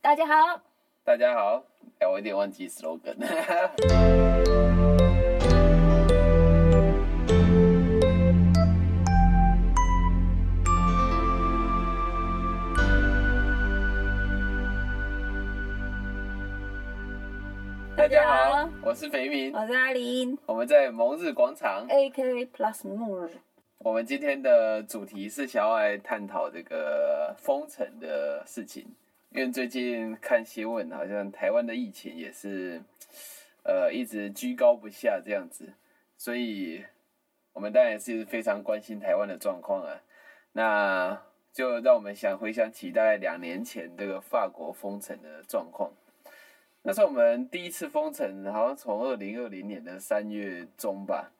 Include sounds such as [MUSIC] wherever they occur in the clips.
大家好，大家好，哎、我有点忘记 slogan。大家好，我是肥明，我是阿林我们在蒙日广场。 ，A K Plus Moon。我们今天的主题是想要来探讨这个封城的事情，因为最近看新闻，啊好像台湾的疫情也是，呃，一直居高不下这样子，所以我们当然是非常关心台湾的状况啊。那就让我们想回想起大概两年前这个法国封城的状况。那是我们第一次封城，好像从二零二零年的三月中吧，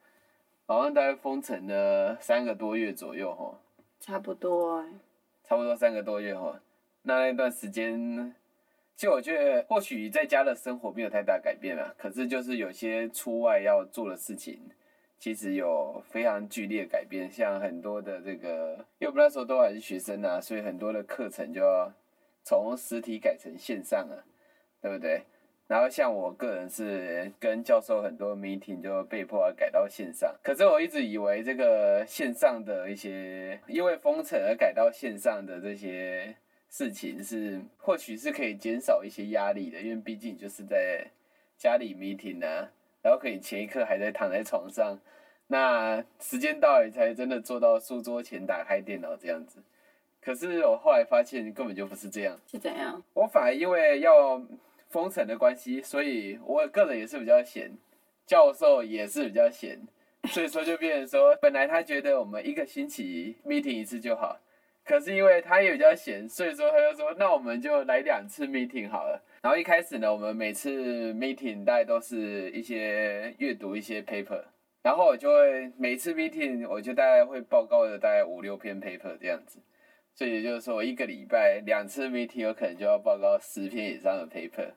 好像大概封城了三个多月左右哈，差不多欸，差不多三个多月哈。那那段时间，其实我觉得或许在家的生活没有太大改变啦，可是就是有些出外要做的事情，其实有非常剧烈的改变，像很多的这个，因为我们那时候都还是学生啊，所以很多的课程就要从实体改成线上啊，对不对？然后像我个人是跟教授很多 meeting 就被迫要改到线上，可是我一直以为这个线上的一些因为封城而改到线上的这些事情是或许是可以减少一些压力的，因为毕竟就是在家里 meeting 啊，然后可以前一刻还在躺在床上，那时间到了才真的坐到书桌前打开电脑这样子。可是我后来发现根本就不是这样，是怎样？我反而因为要封城的关系，所以我个人也是比较闲，教授也是比较闲，所以说就变成说，本来他觉得我们一个星期 meeting 一次就好，可是因为他也比较闲，所以说他就说，那我们就来两次 meeting 好了。然后一开始呢，我们每次 meeting 大概都是一些阅读一些 paper，然后我就会每次 meeting 我就大概会报告的大概五六篇 paper 这样子。所以也就是说，我一个礼拜两次 meeting，有可能就要报告十篇以上的 paper。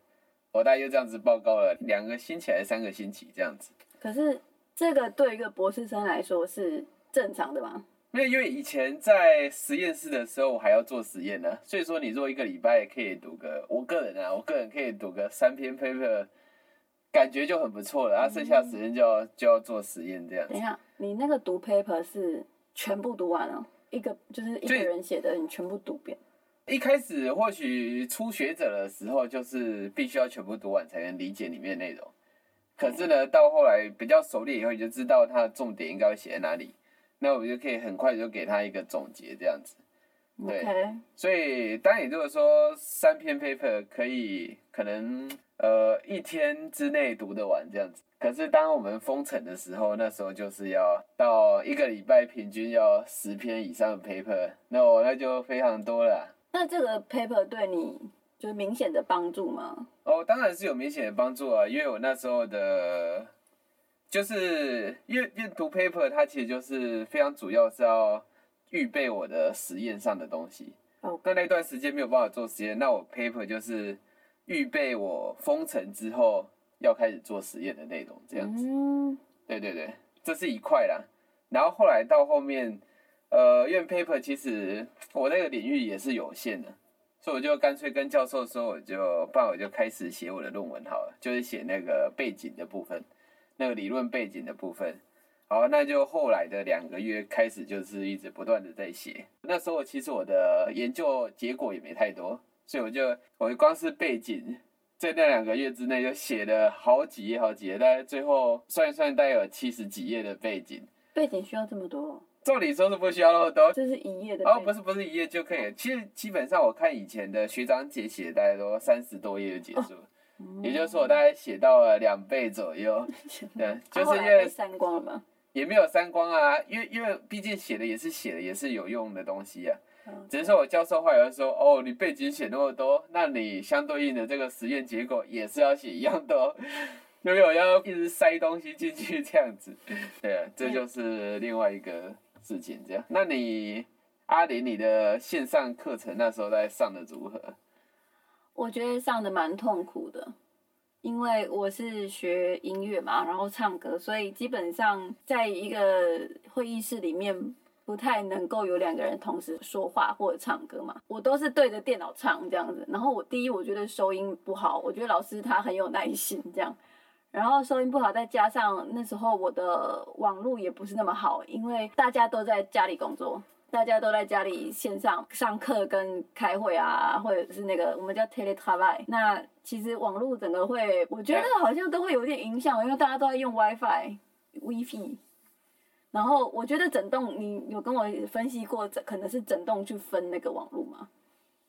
我大概就这样子报告了两个星期还是三个星期这样子。可是这个对一个博士生来说是正常的吗？没有，因为以前在实验室的时候，我还要做实验呢、所以说你做一个礼拜可以读个，我个人啊，我个人可以读个三篇 paper，感觉就很不错了。然啊后剩下的时间就要就要做实验这样子等一。下，你那个读 paper 是全部读完了，一个就是一个对人写的，你全部读遍。一开始或许初学者的时候，就是必须要全部读完才能理解里面内容。可是呢，到后来比较熟练以后，你就知道它的重点应该要写在哪里，那我们就可以很快就给他一个总结这样子。对 OK，所以，当你如果说三篇 paper 可以可能呃一天之内读得完这样子，可是当我们封城的时候，那时候就是要到一个礼拜平均要十篇以上的 paper，那我那就非常多了啊。那这个 paper 对你就是明显的帮助吗？哦，当然是有明显的帮助啊，因为我那时候的，就是阅阅读 paper，它其实就是非常主要是要预备我的实验上的东西。哦，那那段时间没有办法做实验，那我 paper 就是预备我封城之后要开始做实验的内容，这样子。嗯，对对对，这是一块啦。然后后来到后面，呃，因为 paper 其实我那个领域也是有限的，所以我就干脆跟教授说，我就不然我就开始写我的论文好了，就是写那个背景的部分，那个理论背景的部分。好，那就后来的两个月开始，就是一直不断的在写。那时候其实我的研究结果也没太多，所以我就我光是背景在那两个月之内就写了好几页、好几页，大概最后算一算，大概有七十几页的背景。背景需要这么多，照理说是不需要那么多，这是一页的背哦，景。不是不是一页就可以了。其实基本上我看以前的学长姐写，大概都三十多页就结束了，嗯也就是说我大概写到了两倍左右。对，就啊后是因来为被删光了吗？也没有删光啊，因为因为毕竟写的也是写的也是有用的东西啊。嗯只是说我教授后来就说，哦，你背景写那么多，那你相对应的这个实验结果也是要写一样的、哦，因为我要一直塞东西进去这样子。对啊，这就是另外一个事情。这样，那你阿林，你的线上课程那时候在上的如何？我觉得上的蛮痛苦的，因为我是学音乐嘛，然后唱歌，所以基本上在一个会议室里面不不太能够有两个人同时说话或者唱歌嘛，我都是对着电脑唱这样子。然后我第一，我觉得收音不好，我觉得老师他很有耐心这样。然后收音不好，再加上那时候我的网络也不是那么好，因为大家都在家里工作，大家都在家里线上上课跟开会啊，或者是那个我们叫 teletravel。那其实网络整个会，我觉得好像都会有点影响，因为大家都在用 WiFi、WiFi。然后我觉得整栋，你有跟我分析过，整可能是整栋去分那个网络吗？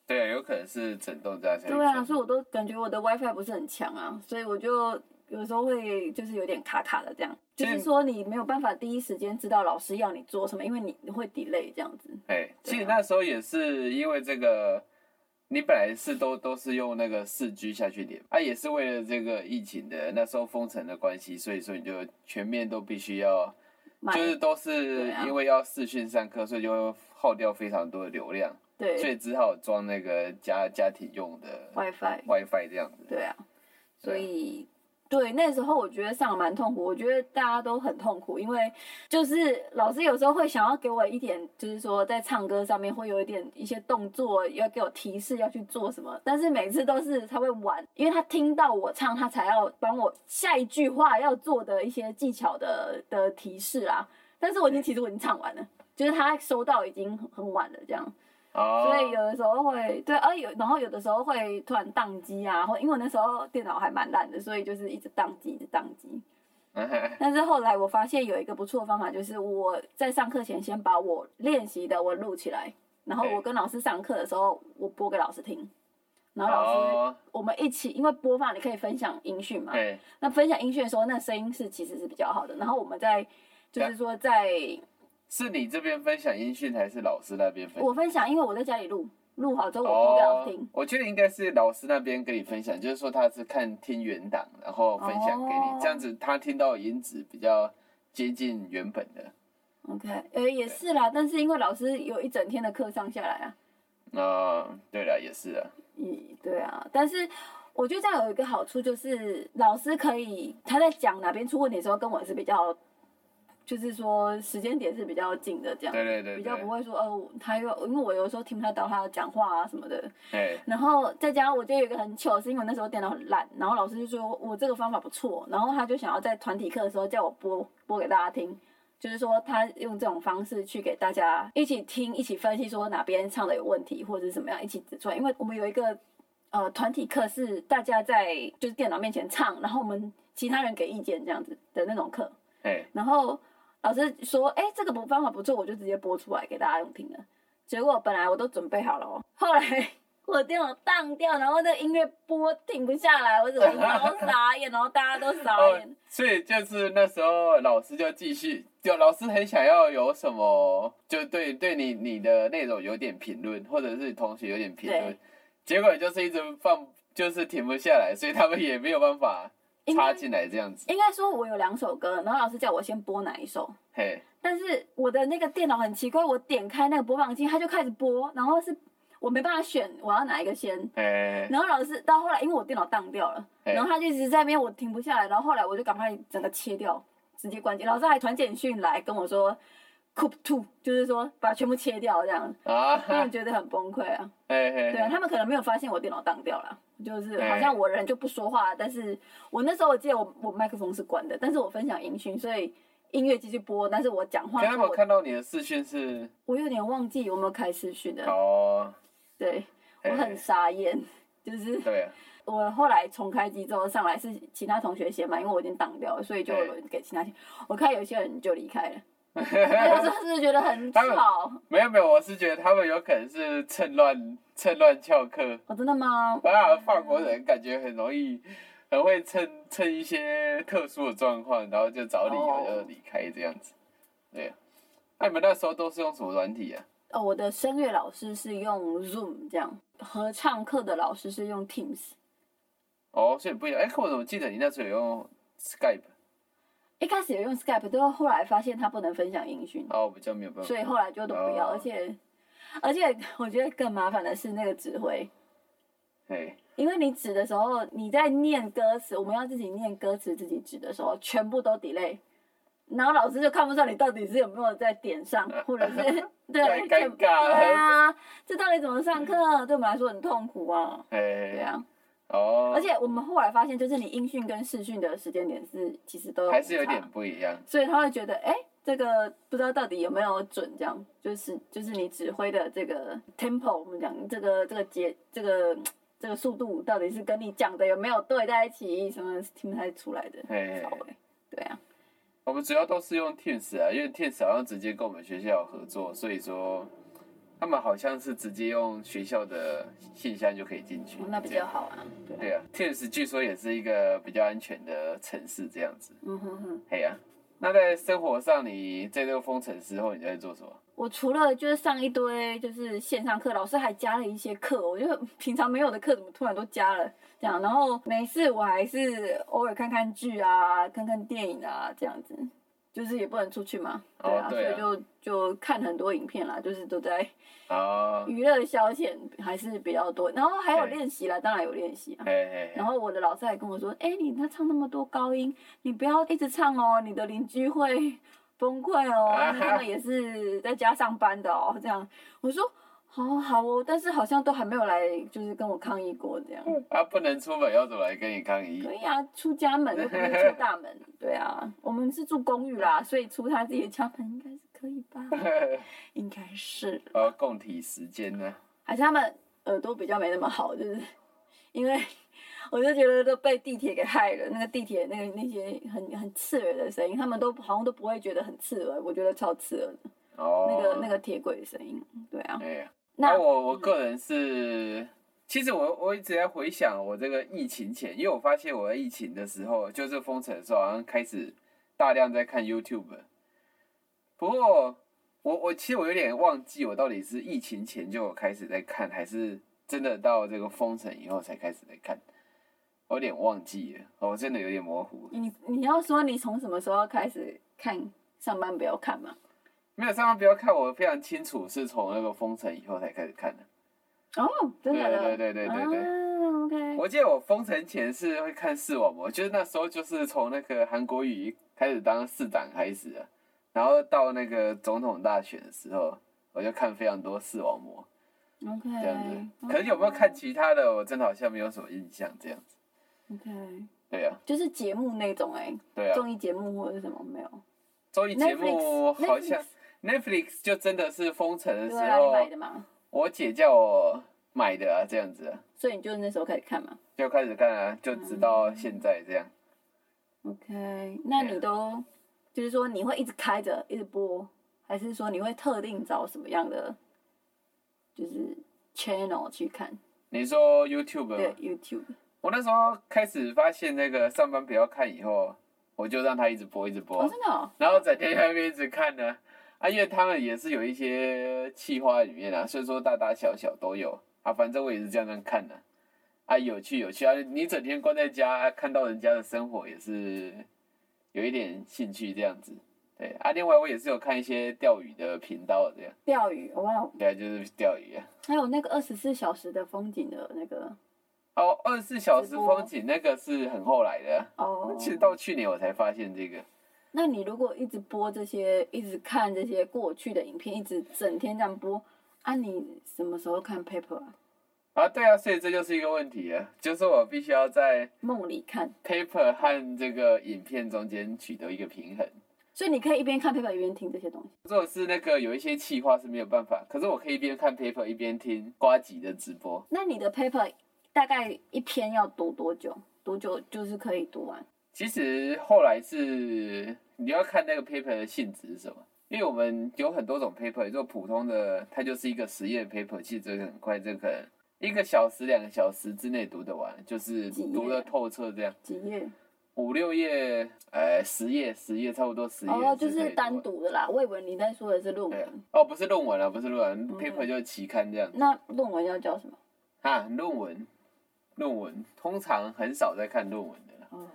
对啊，有可能是整栋加起来。对啊，所以我都感觉我的 WiFi 不是很强啊，所以我就有时候会就是有点卡卡的这样，其就实是说你没有办法第一时间知道老师要你做什么，因为你会 delay 这样子。哎，其啊实那时候也是因为这个，你本来是都都是用那个四 G 下去连，啊，也是为了这个疫情的那时候封城的关系，所以说你就全面都必须要，买就是都是对啊因为要视讯上课，所以就会耗掉非常多的流量，所对以只好装那个家家庭用的 WiFi， WiFi 这样子。对啊，所以对那时候我觉得上蛮痛苦，我觉得大家都很痛苦，因为就是老师有时候会想要给我一点，就是说在唱歌上面会有一点一些动作，要给我提示要去做什么，但是每次都是他会玩，因为他听到我唱，他才要帮我下一句话要做的一些技巧的的提示啦。但是我已经其实我已经唱完了，就是他收到已经很很晚了这样。哦，所以 [LAUGHS] 有的时候会对，而、有然后有的时候会突然宕机啊，或因为我那时候电脑还蛮烂的，所以就是一直宕机，一直宕机。但是后来我发现有一个不错的方法，就是我在上课前先把我练习的我录起来，然后对我跟老师上课的时候我播给老师听，然后老师、哦，我们一起，因为播放你可以分享音讯嘛，哎，那分享音讯的时候，那声音是其实是比较好的，然后我们在就是说在是你这边分享音讯还是老师那边分享？我分享，因为我在家里录，录好之后我播给老哦师听。，我觉得应该是老师那边跟你分享，就是说他是看听原档，然后分享给你，哦这样子他听到音质比较接近原本的。 OK，呃，也是啦，但是因为老师有一整天的课上下来啊，那、对了，也是啊，嗯，对啊，但是我觉得这样有一个好处就是，老师可以他在讲哪边出问题的时候，跟我是比较，就是说时间点是比较近的，这样对对对对，比较不会说哦，他又因为我有时候听不太到他讲话啊什么的，哎，然后再加上我就有一个很糗，是因为我那时候电脑很烂，然后老师就说我这个方法不错，然后他就想要在团体课的时候叫我播播给大家听，就是说他用这种方式去给大家一起听、一起分析，说哪边唱的有问题或者是怎么样，一起指出来。因为我们有一个呃团体课是大家在就是电脑面前唱，然后我们其他人给意见这样子的那种课，哎，然后老师说：“哎、这个不方法不错，我就直接播出来给大家用听了。”结果本来我都准备好了哦，后来 [LAUGHS] 我电脑荡掉，然后那音乐播停不下来，我整个超傻眼，然后大家都傻哦眼。，所以就是那时候老师就继续，就老师很想要有什么，就对对你你的内容有点评论，或者是你同学有点评论对，结果就是一直放，就是停不下来，所以他们也没有办法应插该进来这样子，应该说，我有两首歌，然后老师叫我先播哪一首，嘿。但是我的那个电脑很奇怪，我点开那个播放器，它就开始播，然后是我没办法选我要哪一个先。哎，然后老师到后来，因为我电脑当掉了，哎然后他就一直在那边，我停不下来。然后后来我就赶快整个切掉，直接关机。老师还传简讯来跟我说 c o o p two”，就是说把全部切掉这样。 [LAUGHS] [LAUGHS] 他啊，嘿们觉得很崩溃啊，嘿，对啊，嘿他们可能没有发现我电脑当掉了，就是哎好像我人就不说话，但是我那时候我记得我我麦克风是关的，但是我分享音讯，所以音乐继续播，但是我讲话可他说们我看到你的视 [LAUGHS] 讯是我有点忘记有没有开视讯的，哦，对我哎很傻眼，就是对，啊我后来重开机之后上来是其他同学先嘛，因为我已经挡掉了，所以就有人给其他先。我看有些人就离开了，我真的是觉得很吵。没有没有，我是觉得他们有可能是趁乱趁乱翘课，哦，真的吗？啊，法国人感觉很容易，很会趁趁一些特殊的状况，然后就找理由哦就离开这样子，对啊。那你们那时候都是用什么软体啊？哦，我的声乐老师是用 Zoom 这样，合唱课的老师是用 Teams。哦，所以不一样。哎，可我怎么记得你那时候有用 Skype？一开始有用 Skype，但后来发现它不能分享音讯，哦，我比较没有办法所。以后来就都不要。哦而且，而且我觉得更麻烦的是那个指挥，嘿，因为你指的时候，你在念歌词，我们要自己念歌词，自己指的时候，全部都 delay。然后老师就看不上你到底是有没有在点上，或 [LAUGHS] 者是太对，尴尬了对啊，这到底怎么上课？对我们来说很痛苦啊。对哎，啊，哦，而且我们后来发现，就是你音讯跟视讯的时间点是其实都还是有差点不一样。所以他会觉得，哎、这个不知道到底有没有准，这样就是就是你指挥的这个 tempo，我们讲这个这个节这个这个速度到底是跟你讲的有没有对在一起，什么听不太出来的，嘿稍微对啊，我们主要都是用 Teams 啊，因为 Teams 好像直接跟我们学校合作，所以说他们好像是直接用学校的信箱就可以进去哦。那比这样较好啊，对啊，对啊，Teams 据说也是一个比较安全的城市这样子。嗯哼哼。嘿呀、啊那在生活上，你在这个封城之后，你在做什么？我除了就是上一堆就是线上课，老师还加了一些课，我觉得平常没有的课怎么突然都加了这样，然后每次我还是偶尔看看剧啊，看看电影啊这样子，就是也不能出去嘛，哦对啊，对啊所以就就看很多影片啦，就是都在啊，娱乐消遣还是比较多，然后还有对练习啦，当然有练习啊。嘿嘿然嘿，后我的老师还跟我说：“哎、你那唱那么多高音，你不要一直唱哦，你的邻居会 [LAUGHS] 崩溃哦，因为他们也是在家上班的哦。”这样，我说：“好好哦，但是好像都还没有来，就是跟我抗议过这样。啊，不能出门要怎么来跟你抗议可？以啊，出家门又不是出大门，对啊，我们是住公寓啦，所以出他自己的家门应该是可以吧？ [LAUGHS] [LAUGHS] 应该是，呃，共体时间呢？还是他们耳朵比较没那么好，就是 [LAUGHS] 因为我就觉得都被地铁给害了。那个地铁那个那些很很刺耳的声音，他们都好像都不会觉得很刺耳，我觉得超刺耳的。哦，那个那个铁轨的声音，对啊。哎呀，那、那我我个人是，其实我我一直在回想我这个疫情前，因为我发现我在疫情的时候，就是封城的时候，好像开始大量在看 YouTube。不过我我其实我有点忘记，我到底是疫情前就有开始在看，还是真的到这个封城以后才开始在看，我有点忘记了，我真的有点模糊。你你要说你从什么时候开始看上班不要看嘛？没有上班不要看，我非常清楚是从那个封城以后才开始看的。哦，真的对对对对对对啊，OK。我记得我封城前是会看视网膜，就是那时候就是从那个韩国瑜开始当市长开始的，然后到那个总统大选的时候，我就看非常多视网膜 OK，这样子。可是有没有看其他的，我真的好像没有什么印象这样子。 ？OK，对啊，就是节目那种哎、对啊，综艺节目或者是什么没有？综艺节目 Netflix，好像 Netflix 就真的是封城的对时啊，你买候，的嘛，我姐叫我买的啊，这样子啊、所以你就那时候开始看嘛。就开始看啊，就直到现在这样。 OK，那对你啊都就是说你会一直开着一直播，还是说你会特定找什么样的就是 channel 去看？你说 YouTube 吗对，YouTube。我那时候开始发现那个上班不要看以后，我就让他一直播一直播，哦，真的哦。啊然后整天在那边一直看呢。啊，因为他们也是有一些企划里面啊，所以说大大小小都有啊。反正我也是这样这样看的、啊，有趣有趣啊！你整天关在家、啊看到人家的生活也是有一点兴趣这样子。对啊，另外我也是有看一些钓鱼的频道这样，钓鱼，哇哦，对啊、就是钓鱼啊。还有那个二十四小时的风景的那个哦，二十四小时直播风景那个是很后来的啊，哦。其实到去年我才发现这个。那你如果一直播这些，一直看这些过去的影片，一直整天这样播，啊，你什么时候看 paper 啊？啊，对啊，所以这就是一个问题了，就是我必须要在梦里看， paper 和这个影片中间取得一个平衡。所以你可以一边看 paper 一边听这些东西。如果是那个有一些企划是没有办法，可是我可以一边看 paper 一边听瓜吉的直播。那你的 paper 大概一篇要读多久？读久就是可以读完。其实后来是你要看那个 paper 的性质是什么，因为我们有很多种 paper，就普通的它就是一个实验 paper，其实这个很快，这个可能一个小时、两个小时之内读得完，就是几页读得透彻这样。几页？五六页，呃，十页，十页差不多十页。哦，就是单。读的啦。我以为你在说的是论对文。，哦，不是论文啊，不是论文、嗯 p a p e r 就是期刊这样子。那论文要叫什么？啊，论文，论文，通常很少在看论文的啦。哦，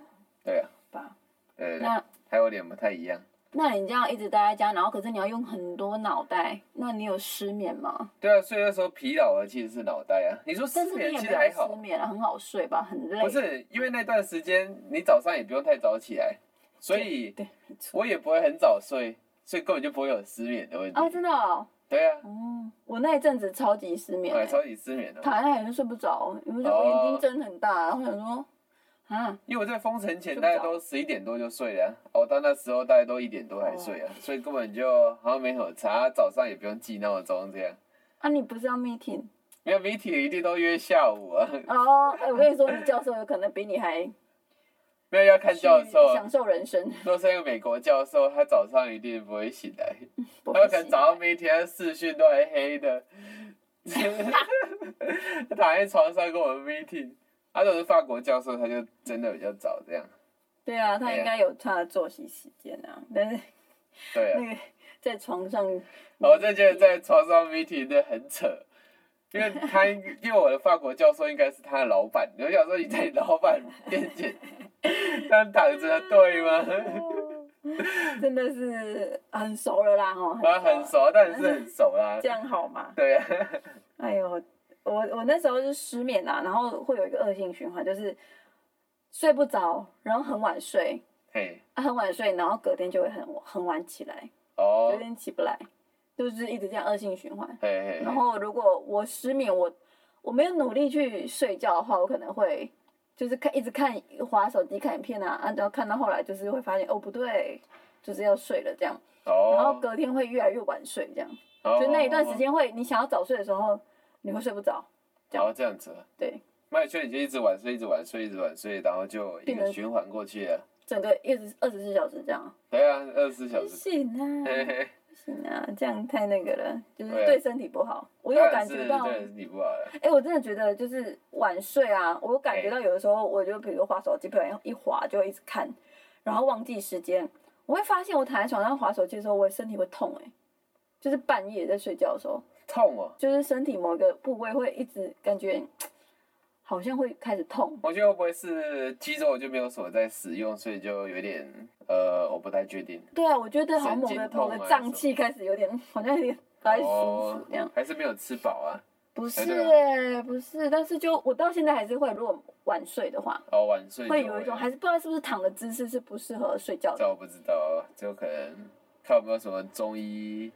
对啊，吧。嗯对对对那还有点不太一样。那你这样一直待在家，然后可是你要用很多脑袋，那你有失眠吗？对啊，所以那时候疲劳的其实是脑袋啊。你说但失是你眠也其没实还有失好，眠啊，很好睡吧，很累。不是因为那段时间你早上也不用太早起来，所以对，没错。我也不会很早睡，所以根本就不会有失眠的问题。啊，真的哦，对啊，哦，我那一阵子超级失眠、我还欸，哦超级哦失眠的、躺在海边睡不着，因为就我眼睛睁很大，然后想说啊，因为我在封城睡前不大着概都十一点多就睡了、啊，哦，到那时候大概都一点多还睡哦啊，所以根本就好像没什么差，早上也不用记闹钟这样。啊你不是要 meeting 没有媒体一定都约下午啊， [LAUGHS] 哦？哎、我跟你说，你教授有可能比你还没有要看去教授。享受人生，若是一个美国教授，他早上一定不会醒来，不 [LAUGHS] 他会可能喜早上欢每天视讯都还黑的， [LAUGHS] 躺在床上跟我们 meeting。他、啊、如果是法国教授，他就真的比较早这样。对啊，他对啊应该有他的作息时间啊，但是对啊那，个在床 [LAUGHS] 上，我真的觉得在床上 meeting 真的很扯，因为他 [LAUGHS] 因为我的法国教授应该是他的老板，我想说你在你老板面前这样躺着对吗？真的是很熟了啦，哦，啊，很了，熟，但是很熟啦这。样好吗？对啊，哎呦，我我那时候是失眠啊，然后会有一个恶性循环，就是睡不着，然后很晚睡，嘿，啊、很晚睡，然后隔天就会很很晚起来，有哦，点起不来，就是一直这样恶性循环。嘿嘿然嘿，后如果我失眠，我我没有努力去睡觉的话，我可能会就是看一直看滑手机看影片啊，啊然后看到后来就是会发现哦不对，就是要睡了这样，然后哦，隔天会越来越晚睡这样，哦就那一段时，间会你想要早睡的时候你会睡不着，然哦后这样子，对，那你就你就一直晚睡，一直晚睡，一直晚睡，然后就一变成个循环过去了。整个一直二十四小时这样，对啊，二十四小不时。行嘿啊，嘿，不行啊，这样太那个了，就是对啊对身体不好，我有感觉到当。然是对你不好了。哎、我真的觉得就是晚睡啊，我有感觉到有的时候，我就比如说划手机，不小心一划就一直看，然后忘记时间，我会发现我躺在床上划手机的时候，我的身体会痛、哎，就是半夜在睡觉的时候，痛哦，就是身体某一个部位会一直感觉好像会开始痛，我觉得会不会是肌肉就没有什么在使用，所以就有点呃，我不太确定。对啊，我觉得好像某神个经痛某啊个脏器开始有点，好像有点不太舒服哦这样。，还是没有吃饱啊？不是哎对哎、不是，但是就我到现在还是会，如果晚睡的话，哦，晚睡就会有一种还是不知道是不是躺的姿势是不适合睡觉的这。我不知道，就可能看有没有什么中医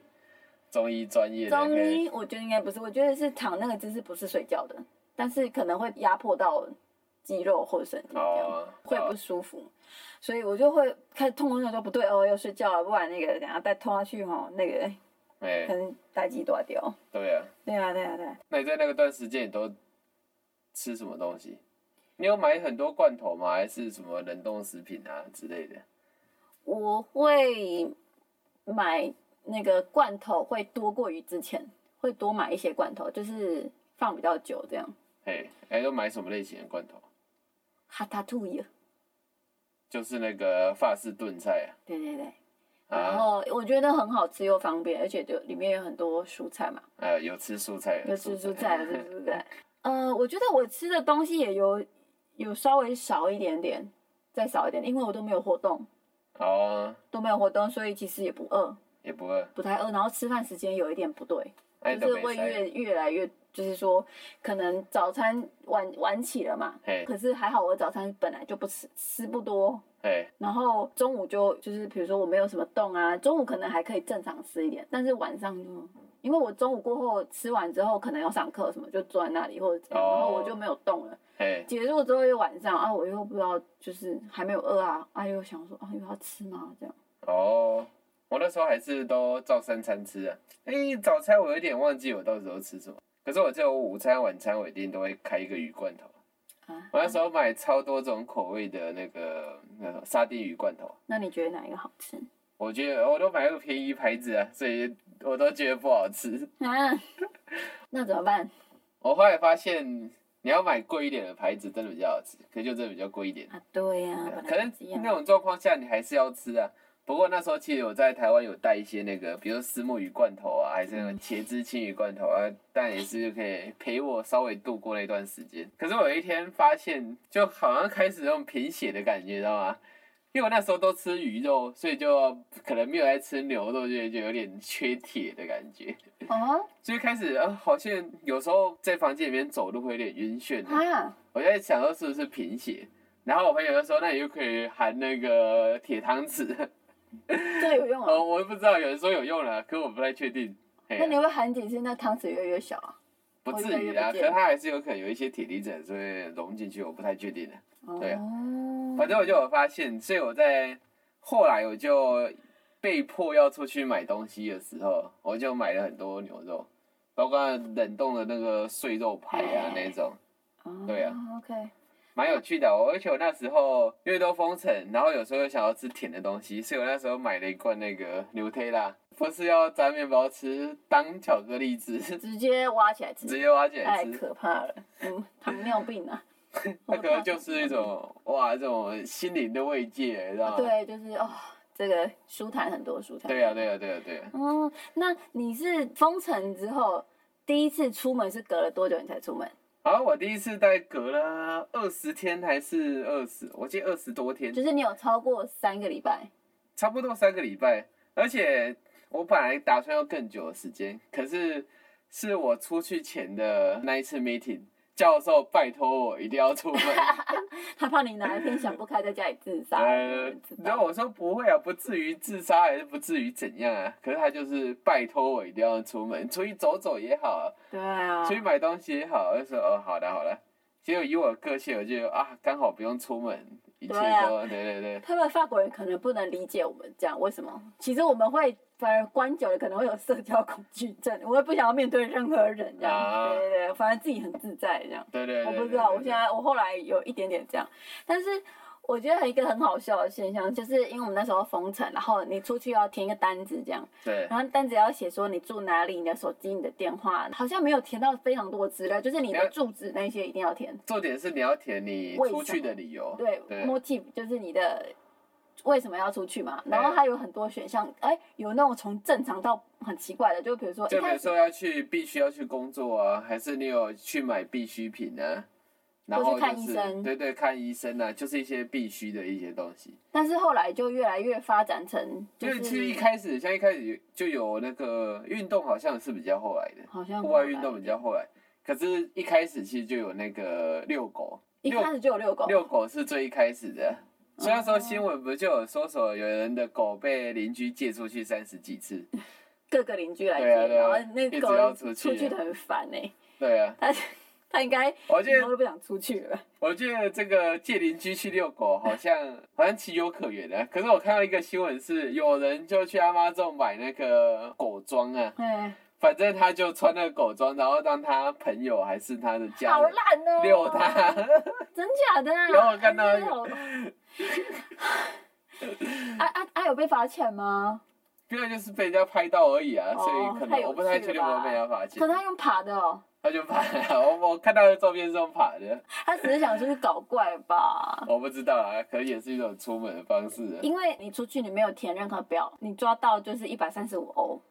中医专业的中可以医我觉得应该不是，我觉得是躺那个姿势不是睡觉的，但是可能会压迫到肌肉或者神经，这样、哦，会不舒服，所以我就会开始痛痛想说不对哦，要睡觉了，不然那个等下再拖下去哦，那个哎、可能待机断掉。对啊。对啊，对啊，对啊，那你在那个段时间你都吃什么东西？你有买很多罐头吗？还是什么冷冻食品啊之类的？我会买那个罐头会多过于之前，会多买一些罐头，就是放比较久这样。嘿，哎，都买什么类型的罐头？哈塔兔耶，就是那个法式炖菜对对对。啊，然啊，后我觉得很好吃又方便，而且就里面有很多蔬菜嘛，呃，有吃蔬菜的，有吃蔬菜，有吃蔬菜。呃，我觉得我吃的东西也有有稍微少一点点，再少一点，因为我都没有活动， [LAUGHS] 哦，都没有活动，所以其实也不饿，也不饿，不太饿。然后吃饭时间有一点不对，哎，就是都没会塞越越来越，就是说可能早餐晚晚起了嘛，嘿，可是还好我早餐本来就不吃，吃不多，嘿，然后中午就就是比如说我没有什么动啊，中午可能还可以正常吃一点，但是晚上就因为我中午过后吃完之后可能要上课什么，就坐在那里或者怎样，哦然后我就没有动了。嘿，结束之后又晚上啊，我又不知道就是还没有饿啊，啊又想说啊又要吃嘛这样。哦，我那时候还是都照三餐吃啊。哎，早餐我有点忘记我到时候吃什么，可是我就午餐、晚餐我一定都会开一个鱼罐头。啊，我那时候买超多种口味的那个那个沙丁鱼罐头，那你觉得哪一个好吃？我觉得我都买那个便宜牌子啊，所以我都觉得不好吃。啊， [LAUGHS] 那怎么办？我后来发现，你要买贵一点的牌子真的比较好吃，可是就真的比较贵一点。啊，对呀、本可来能就这样那种状况下你还是要吃啊。不过那时候其实我在台湾有带一些那个，比如说石墨鱼罐头啊，还是嗯那个茄汁青鱼罐头啊，但也是可以陪我稍微度过那段时间。可是我有一天发现，就好像开始那种贫血的感觉，知道吗？因为我那时候都吃鱼肉，所以就可能没有在吃牛肉，就就有点缺铁的感觉。哦所以开始啊，好像有时候在房间里面走路会有点晕眩的啊，我在想说是不是贫血，然后我朋友就说，那你就可以含那个铁汤匙。这有用啊？ [LAUGHS] 哦，我也不知道，有人说有用了，可我不太确定。嘿那你啊会不会含几次，那汤匙越来越小啊？不我至越来于越啦，不可见是它还是有可能有一些铁离子所以融进去，我不太确定的。对啊哦反正我就有发现，所以我在后来我就被迫要出去买东西的时候，我就买了很多牛肉，包括冷冻的那个碎肉排啊那种，对啊哦，OK，蛮有趣的哦、而且我那时候因为都封城，然后有时候又想要吃甜的东西，所以我那时候买了一罐那个牛推拉，不是要沾面包吃，当巧克力吃，直直接挖起来吃，接挖起来太吃。可怕了，嗯，糖尿病啊， [LAUGHS] 那可能就是一种哇，这种心灵的慰藉，你知道吗？对，就是哦，这个舒坦很多舒坦。对呀，对啊呀，对呀，对呀。哦，那你是封城之后第一次出门是隔了多久你才出门？然后我第一次大概隔了二十天还是二十，我记得二十多天，就是你有超过三个礼拜，差不多三个礼拜。而且我本来打算要更久的时间，可是是我出去前的那一次 meeting，教授拜托我一定要 [LAUGHS] 出门。他怕你哪一天想不开在家里自杀。呃你知，然道后我说不会啊，不至于自杀，还是不至于怎样啊。可是他就是拜托我一定要出门，出去走走也好啊、对啊出，去买东西也好，我就说哦，好的好的。结果以我的个性，我就觉得啊，刚好不用出门，一切对啊都对对对，他们法国人可能不能理解我们这样，为什么？其实我们会反而关久了可能会有社交恐惧症，我也不想要面对任何人这样。啊对对对，反正自己很自在这样。对对对。我不对知道，对我现在我后来有一点点这样，但是我觉得一个很好笑的现象，就是因为我们那时候封城，然后你出去要填一个单子这样，对然后单子要写说你住哪里、你的手机、你的电话，好像没有填到非常多的资料，就是你没的有住址那些一定要填。重点是你要填你为什出么去的理由，对对，motive 就是你的为什么要出去嘛，然后对它有很多选项，哎，有那种从正常到很奇怪的，就比如说一 [LAUGHS] 就比开如始说要去必须要去工作啊，还是你有去买必需品啊，然或是后就看医生对对，看医生啊，就是一些必须的一些东西。但是后来就越来越发展成就就是是其实一开始，像一开始就有那个运动，好像是比较后来的，好像户外后运来动比较后来，可是一开始其实就有那个遛狗，一遛开始就有遛狗，遛狗是最一开始的。哦所以那时候新闻不就有说什么有人的狗被邻居借出去三十几次？各个邻居来接，对啊对啊然后那一直狗要出去出去的很烦哎、对啊，它它应该我记以后得都不想出去 [LAUGHS] 了。我记得这个借邻居去遛狗好像好像情有可原的、可是我看到一个新闻是有人就去阿妈这买那个狗装啊，哎，反正他就穿那个狗装，然后让他朋友还是他的家好人烂哦、遛他，真假的、啊？ [LAUGHS] 然后我看到哎真的好 [LAUGHS] 啊啊啊！有被罚钱吗？不然就是被人家拍到而已啊，所哦以可太能有我不太趣确定了有吧没有被人家发现可。他用爬的哦、他就爬，我我看到的照片是用爬的，他只是想说是搞怪吧。我不知道啊，可能也是一种出门的方式啊。因为你出去你没有填任何表，你抓到就是一百三十五欧，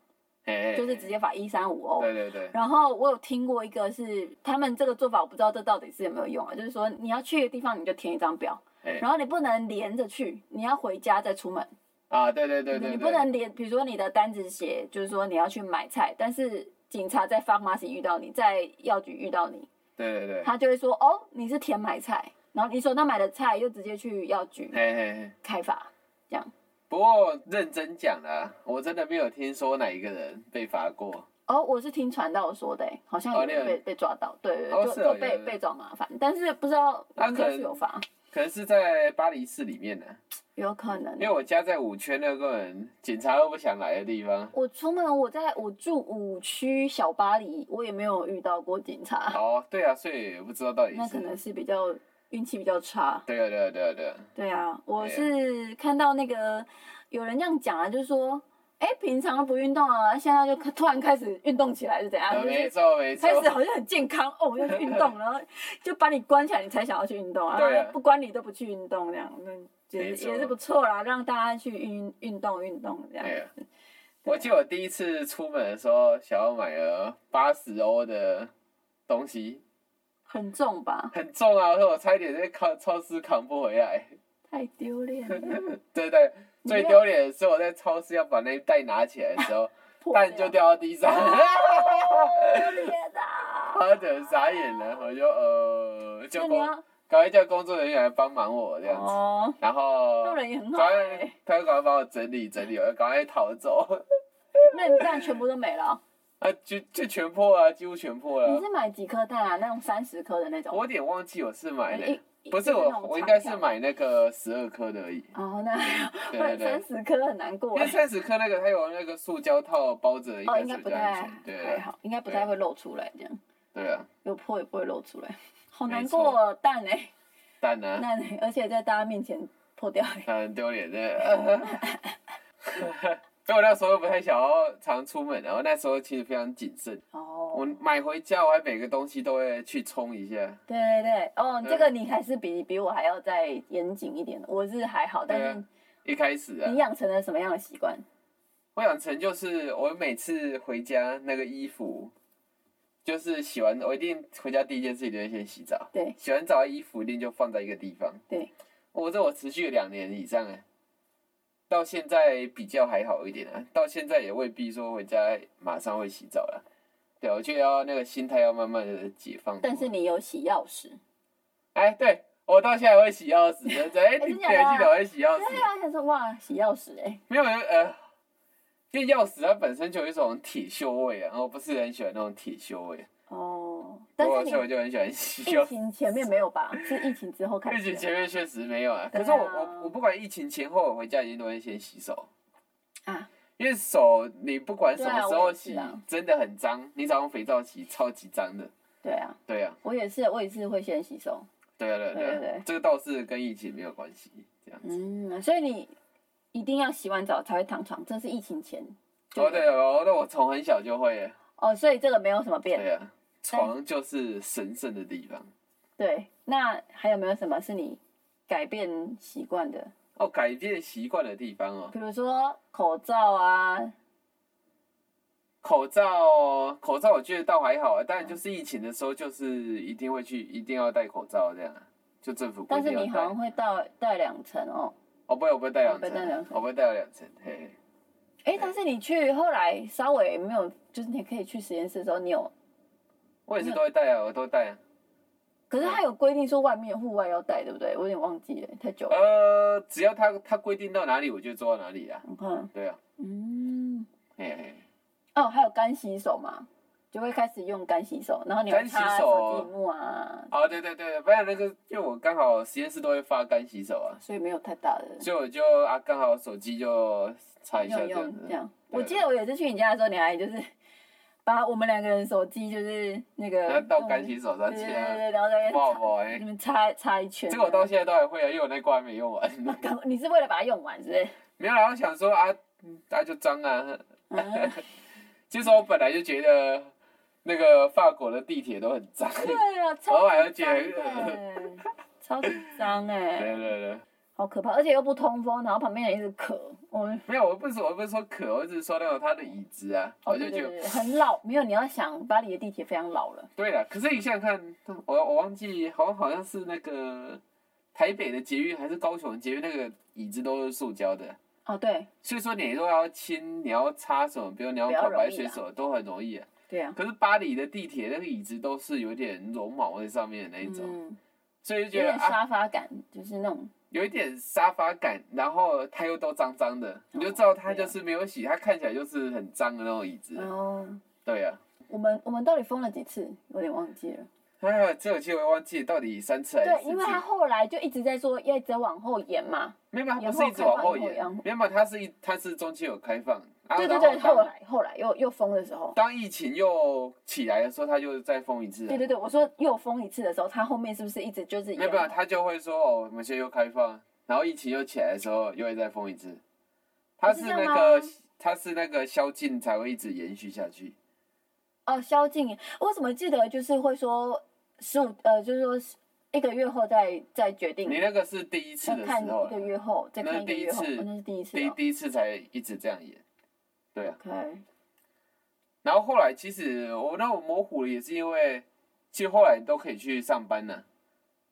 嘿嘿就是直接罚一三五欧。对对对，然后我有听过一个是他们这个做法，我不知道这到底是有没有用啊，就是说你要去的地方你就填一张表，哎然后你不能连着去，你要回家再出门，啊，对对对对，你对不能连，比如说你的单子写就是说你要去买菜，但是警察在 pharmacy 遇到你，在药局遇到你，对对对，他就会说哦你是填买菜，然后你手上买的菜又直接去药局嘿嘿嘿。开罚，不过认真讲啦，我真的没有听说哪一个人被罚过。哦，我是听传道说的欸、好像有哦你有人被、被抓到，对对对，哦就是哦就被有有被找麻烦，但是不知道那应可该能是有罚，可能是在巴黎市里面呢、啊有可能因为。我家在五圈那个人，警察都不想来的地方。我出门，我在我住五区小巴黎，我也没有遇到过警察，哦，对啊，所以我不知道到底那是可。能是比较运气比较差。对啊，对啊，对啊，对啊，对啊，我对啊是看到那个有人这样讲啊，就是说，哎，平常都不运动啊，现在就突然开始运动起来是怎样？啊就没是错 [LAUGHS] 没错开。始好像很健康哦，我要去运 [LAUGHS] 动，然后就把你关起来，你才想要去运动啊，对啊然后不关你都不去运动这样，那也没是错也是不错啦，让大家去运运动运动这样。 [LAUGHS] 对啊我记得我第一次出门的时候，想要买了八十欧的东西，很重吧？很重啊，所以我差一点在超超市扛不回来。太丢脸 [LAUGHS] 了，对对，你最要丢脸的是我在超市要把那袋拿起来的时候，破蛋就掉，掉到地上， [LAUGHS] 丢脸啊！他整个傻眼了，我就呃，那就你光要搞一叫工作人员来帮忙我这样子，哦，然后做人也很好赶哎、快他就赶快帮我整理整理，我就赶快逃走， [LAUGHS] 那你蛋全部都没了。啊，就就全破啊，几乎全破你了。是买几颗蛋啊？那种三十颗的那我种？有点忘记我是买的，一不是一那我，种我应该是长条买那个十二颗的而已。哦，那对对对 [LAUGHS] 三，十颗很难因过为哎。三十颗那个它有那个塑胶套包着一哦，个应该水不钻太钱，对还好，应该不太对会露出来这样，对啊，有破也不会露出来，好没难错过哦蛋哎，蛋啊，蛋哎，而且在大家面前破掉哎。它很丢脸的。 [LAUGHS] 所以我那时候不太想要常出门，然后那时候其实非常谨慎。我哦，买回家，我还每个东西都会去冲一下。对对对，哦，对这个你还是比比我还要再严谨一点的，我是还好，但对啊是一开始啊你，养成了什么样的习惯？我养成就是我每次回家那个衣服，就是洗完我一定回家第一件事情就会先洗澡，对洗完澡衣服一定就放在一个地方。对，我这我持续了两年以上哎，到现在比较还好一点啊，到现在也未必说回家马上会洗澡了。对，我就要那个心态要慢慢的解放。但是你有洗钥匙，哎，对我到现在会洗钥匙，真的，哎，真的你记假的得记得我会洗钥对匙，啊，想说哇，洗钥匙哎，没有呃，因为钥匙它本身就有一种铁锈味啊，然后我不是很喜欢那种铁锈味，哦，但是我所以我你就很喜欢洗疫钥匙。情前面没有吧？是疫情之后开始疫的。情前面确实没有啊，对可啊是我我我不管疫情前后，我回家一定都会先洗手。啊，因为手你不管什对么啊时我候也是洗，啊真的很脏。你找用肥皂洗，超级脏的。对啊，对啊，我也是，我也是会先洗手。对啊，对啊，对啊，对对对这个倒是跟疫情没有关系。这样，嗯，所以你一定要洗完澡才会躺床，这是疫情前。哦对哦，那我从很小就会了。哦，所以这个没有什么变。对啊，床就是神圣的地方。对，那还有没有什么是你改变习惯的？哦，改变习惯的地方哦，比如说口罩啊，口罩，口罩我觉得倒还好啊，嗯但就是疫情的时候，就是一定会去，一定要戴口罩这样啊，就政府规但是定要你好像戴。会戴戴两层哦。哦，不会，我不会戴两哦不会戴两层，层我不会戴两层，嘿嘿。哎、对但是你去后来稍微没有，就是你可以去实验室的时候，你有，我也是都会戴啊，我都戴啊。可是他有规定说外面户外要戴，对不对？我有点忘记了，太久了。呃，只要他他规定到哪里，我就做到哪里啊。你看，对啊，嗯，嘿嘿，哦，还有干洗手嘛，就会开始用干洗手，然后你会干洗擦手手机幕啊，哦，对对对，不然那个，因为我刚好实验室都会发干洗手啊，所以没有太大的所以我就啊刚好手机就擦一下用这样用子这。样。对我记得我有一次去你家的时候，你还就是把我们两个人手机就是那然后个到干洗手上对去对对啊，对，然后在那边哇擦哇你哎，们擦擦一圈。这个我到现在都还会啊，因为我那罐还没用完。赶快你是为了把它用完，是不是？没有啦，我想说啊，嗯啊就脏啊。嗯，其实我本来就觉得那个法国的地铁都很脏。对啊，偶超尔级脏觉 [LAUGHS] 的，超级脏对哎，对对，好可怕，而且又不通风，然后旁边人一直咳，我们没有，我不是我不是说渴，我只是说那种它的椅子啊，哦我对就对觉对得。对很老，没有你要想巴黎的地铁非常老了。对了，可是你想想看，我我忘记好像好像是那个台北的捷运还是高雄的捷运，那个椅子都是塑胶的，哦，对，所以说你如果要清，你要擦什么，比如你要比较漂白容易水啦什么都很容易、啊。对啊，可是巴黎的地铁那个椅子都是有点绒毛在上面的那一种，嗯，所以就有觉得点啊，沙发感，就是那种有一点沙发感，然后它又都脏脏的，你就知道啊它就是没有洗，它看起来就是很脏的那种椅子。哦。对呀、啊。我们我们到底封了几次？有点忘记了。哎，这我记得我忘记到底三次还是四对，次。因为他后来就一直在说要一直往后延嘛。没有，它延不后是一直开往放后后延延，没有，它是一它是中间有开放，啊、对对然后对，当后来后来又又封的时候，当疫情又起来的时候，它就再封一次啊。对对对，我说又封一次的时候，他后面是不是一直就是没有延没有，他就会说哦，我们现在又开放，然后疫情又起来的时候又会再封一次。它哦是是这样那个吗它是那个宵禁才会一直延续下去。哦，宵禁，我怎么记得就是会说十五呃，就是说一个月后再再决定，你那个是第一次要的看时候一个啊，月后，再那看一是个第一月后，次哦那是第一次第哦。第一次才一直这样延。对啊， OK，然后后来其实我那我模糊了，也是因为其实后来都可以去上班呢、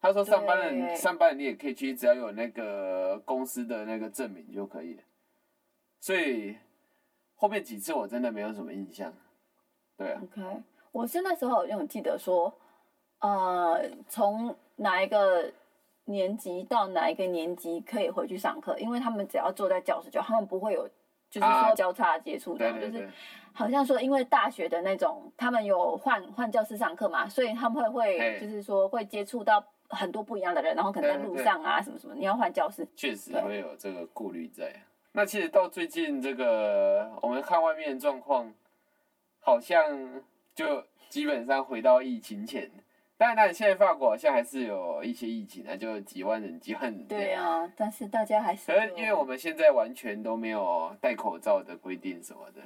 他说上班了，对上班了你也可以去，只要有那个公司的那个证明就可以了。所以后面几次我真的没有什么印象。对啊， OK，我是那时候有记得说，呃，从哪一个年级到哪一个年级可以回去上课，因为他们只要坐在教室就好，他们不会有就是啊说交叉接触这对样，对就是对，好像说，因为大学的那种，他们有换换教室上课嘛，所以他们会哎会就是说会接触到很多不一样的人，然后可能在对对路对上啊什么什么，你要换教室。确实会有这个顾虑在。那其实到最近这个，我们看外面的状况，好像就基本上回到疫情前。当然，当然，现在法国好像还是有一些疫情啊，就几万人、几万人这样。对啊，但是大家还是可是因为我们们现在完全都没有戴口罩的规定什么的，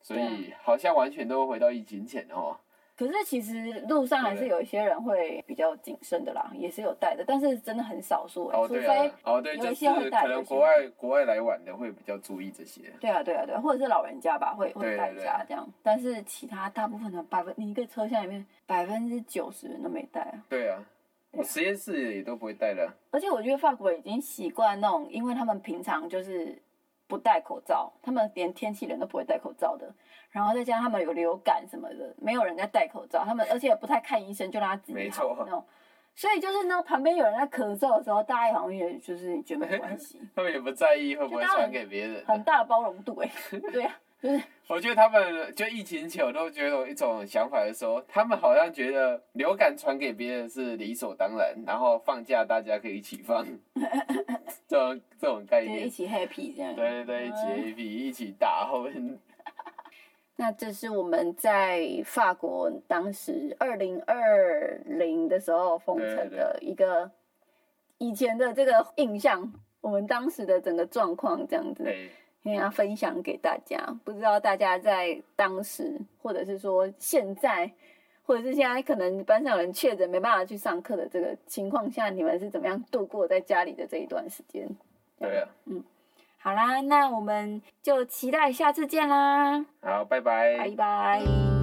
所啊以好像完全都回到疫情前哦。可是其实路上还是有一些人会比较谨慎的啦，也是有带的，但是真的很少数、欸，哦，除对非啊。哦，对，有一就是些会戴可有能一些国外国外来玩的会比较注意这些。对啊，对啊，对啊，或者是老人家吧，会对会对带一下这样，但是其他大部分的百分，你一个车厢里面百分之九十人都没带啊。对啊，对啊实验室也都不会戴了。而且我觉得法国人已经习惯那种，因为他们平常就是不戴口罩，他们连天气冷都不会戴口罩的。然后再加上他们有流感什么的，没有人在戴口罩，他们而且也不太看医生，就让他自己没好错那种。所以就是呢，旁边有人在咳嗽的时候，大家好像也就是觉得没关 [LAUGHS] 系，他们也不在意会不会就当然传给别人。很大的包容度哎、对啊，就是我觉得他们就疫情前，我都觉得有一种想法的时候，他们好像觉得流感传给别人是理所当然，然后放假大家可以一起 [LAUGHS] 放，这种这种概就是念一。起 happy 这样。对对对，一嗯起 A P 一起打后面。那这是我们在法国当时二零二零的时候封城的一个以前的这个印象，我们当时的整个状况这样子，对，跟大家分享给大家。不知道大家在当时，或者是说现在，或者是现在可能班上有人确诊没办法去上课的这个情况下，你们是怎么样度过在家里的这一段时间？对啊。好啦，那我们就期待下次见啦，好，拜拜。拜拜。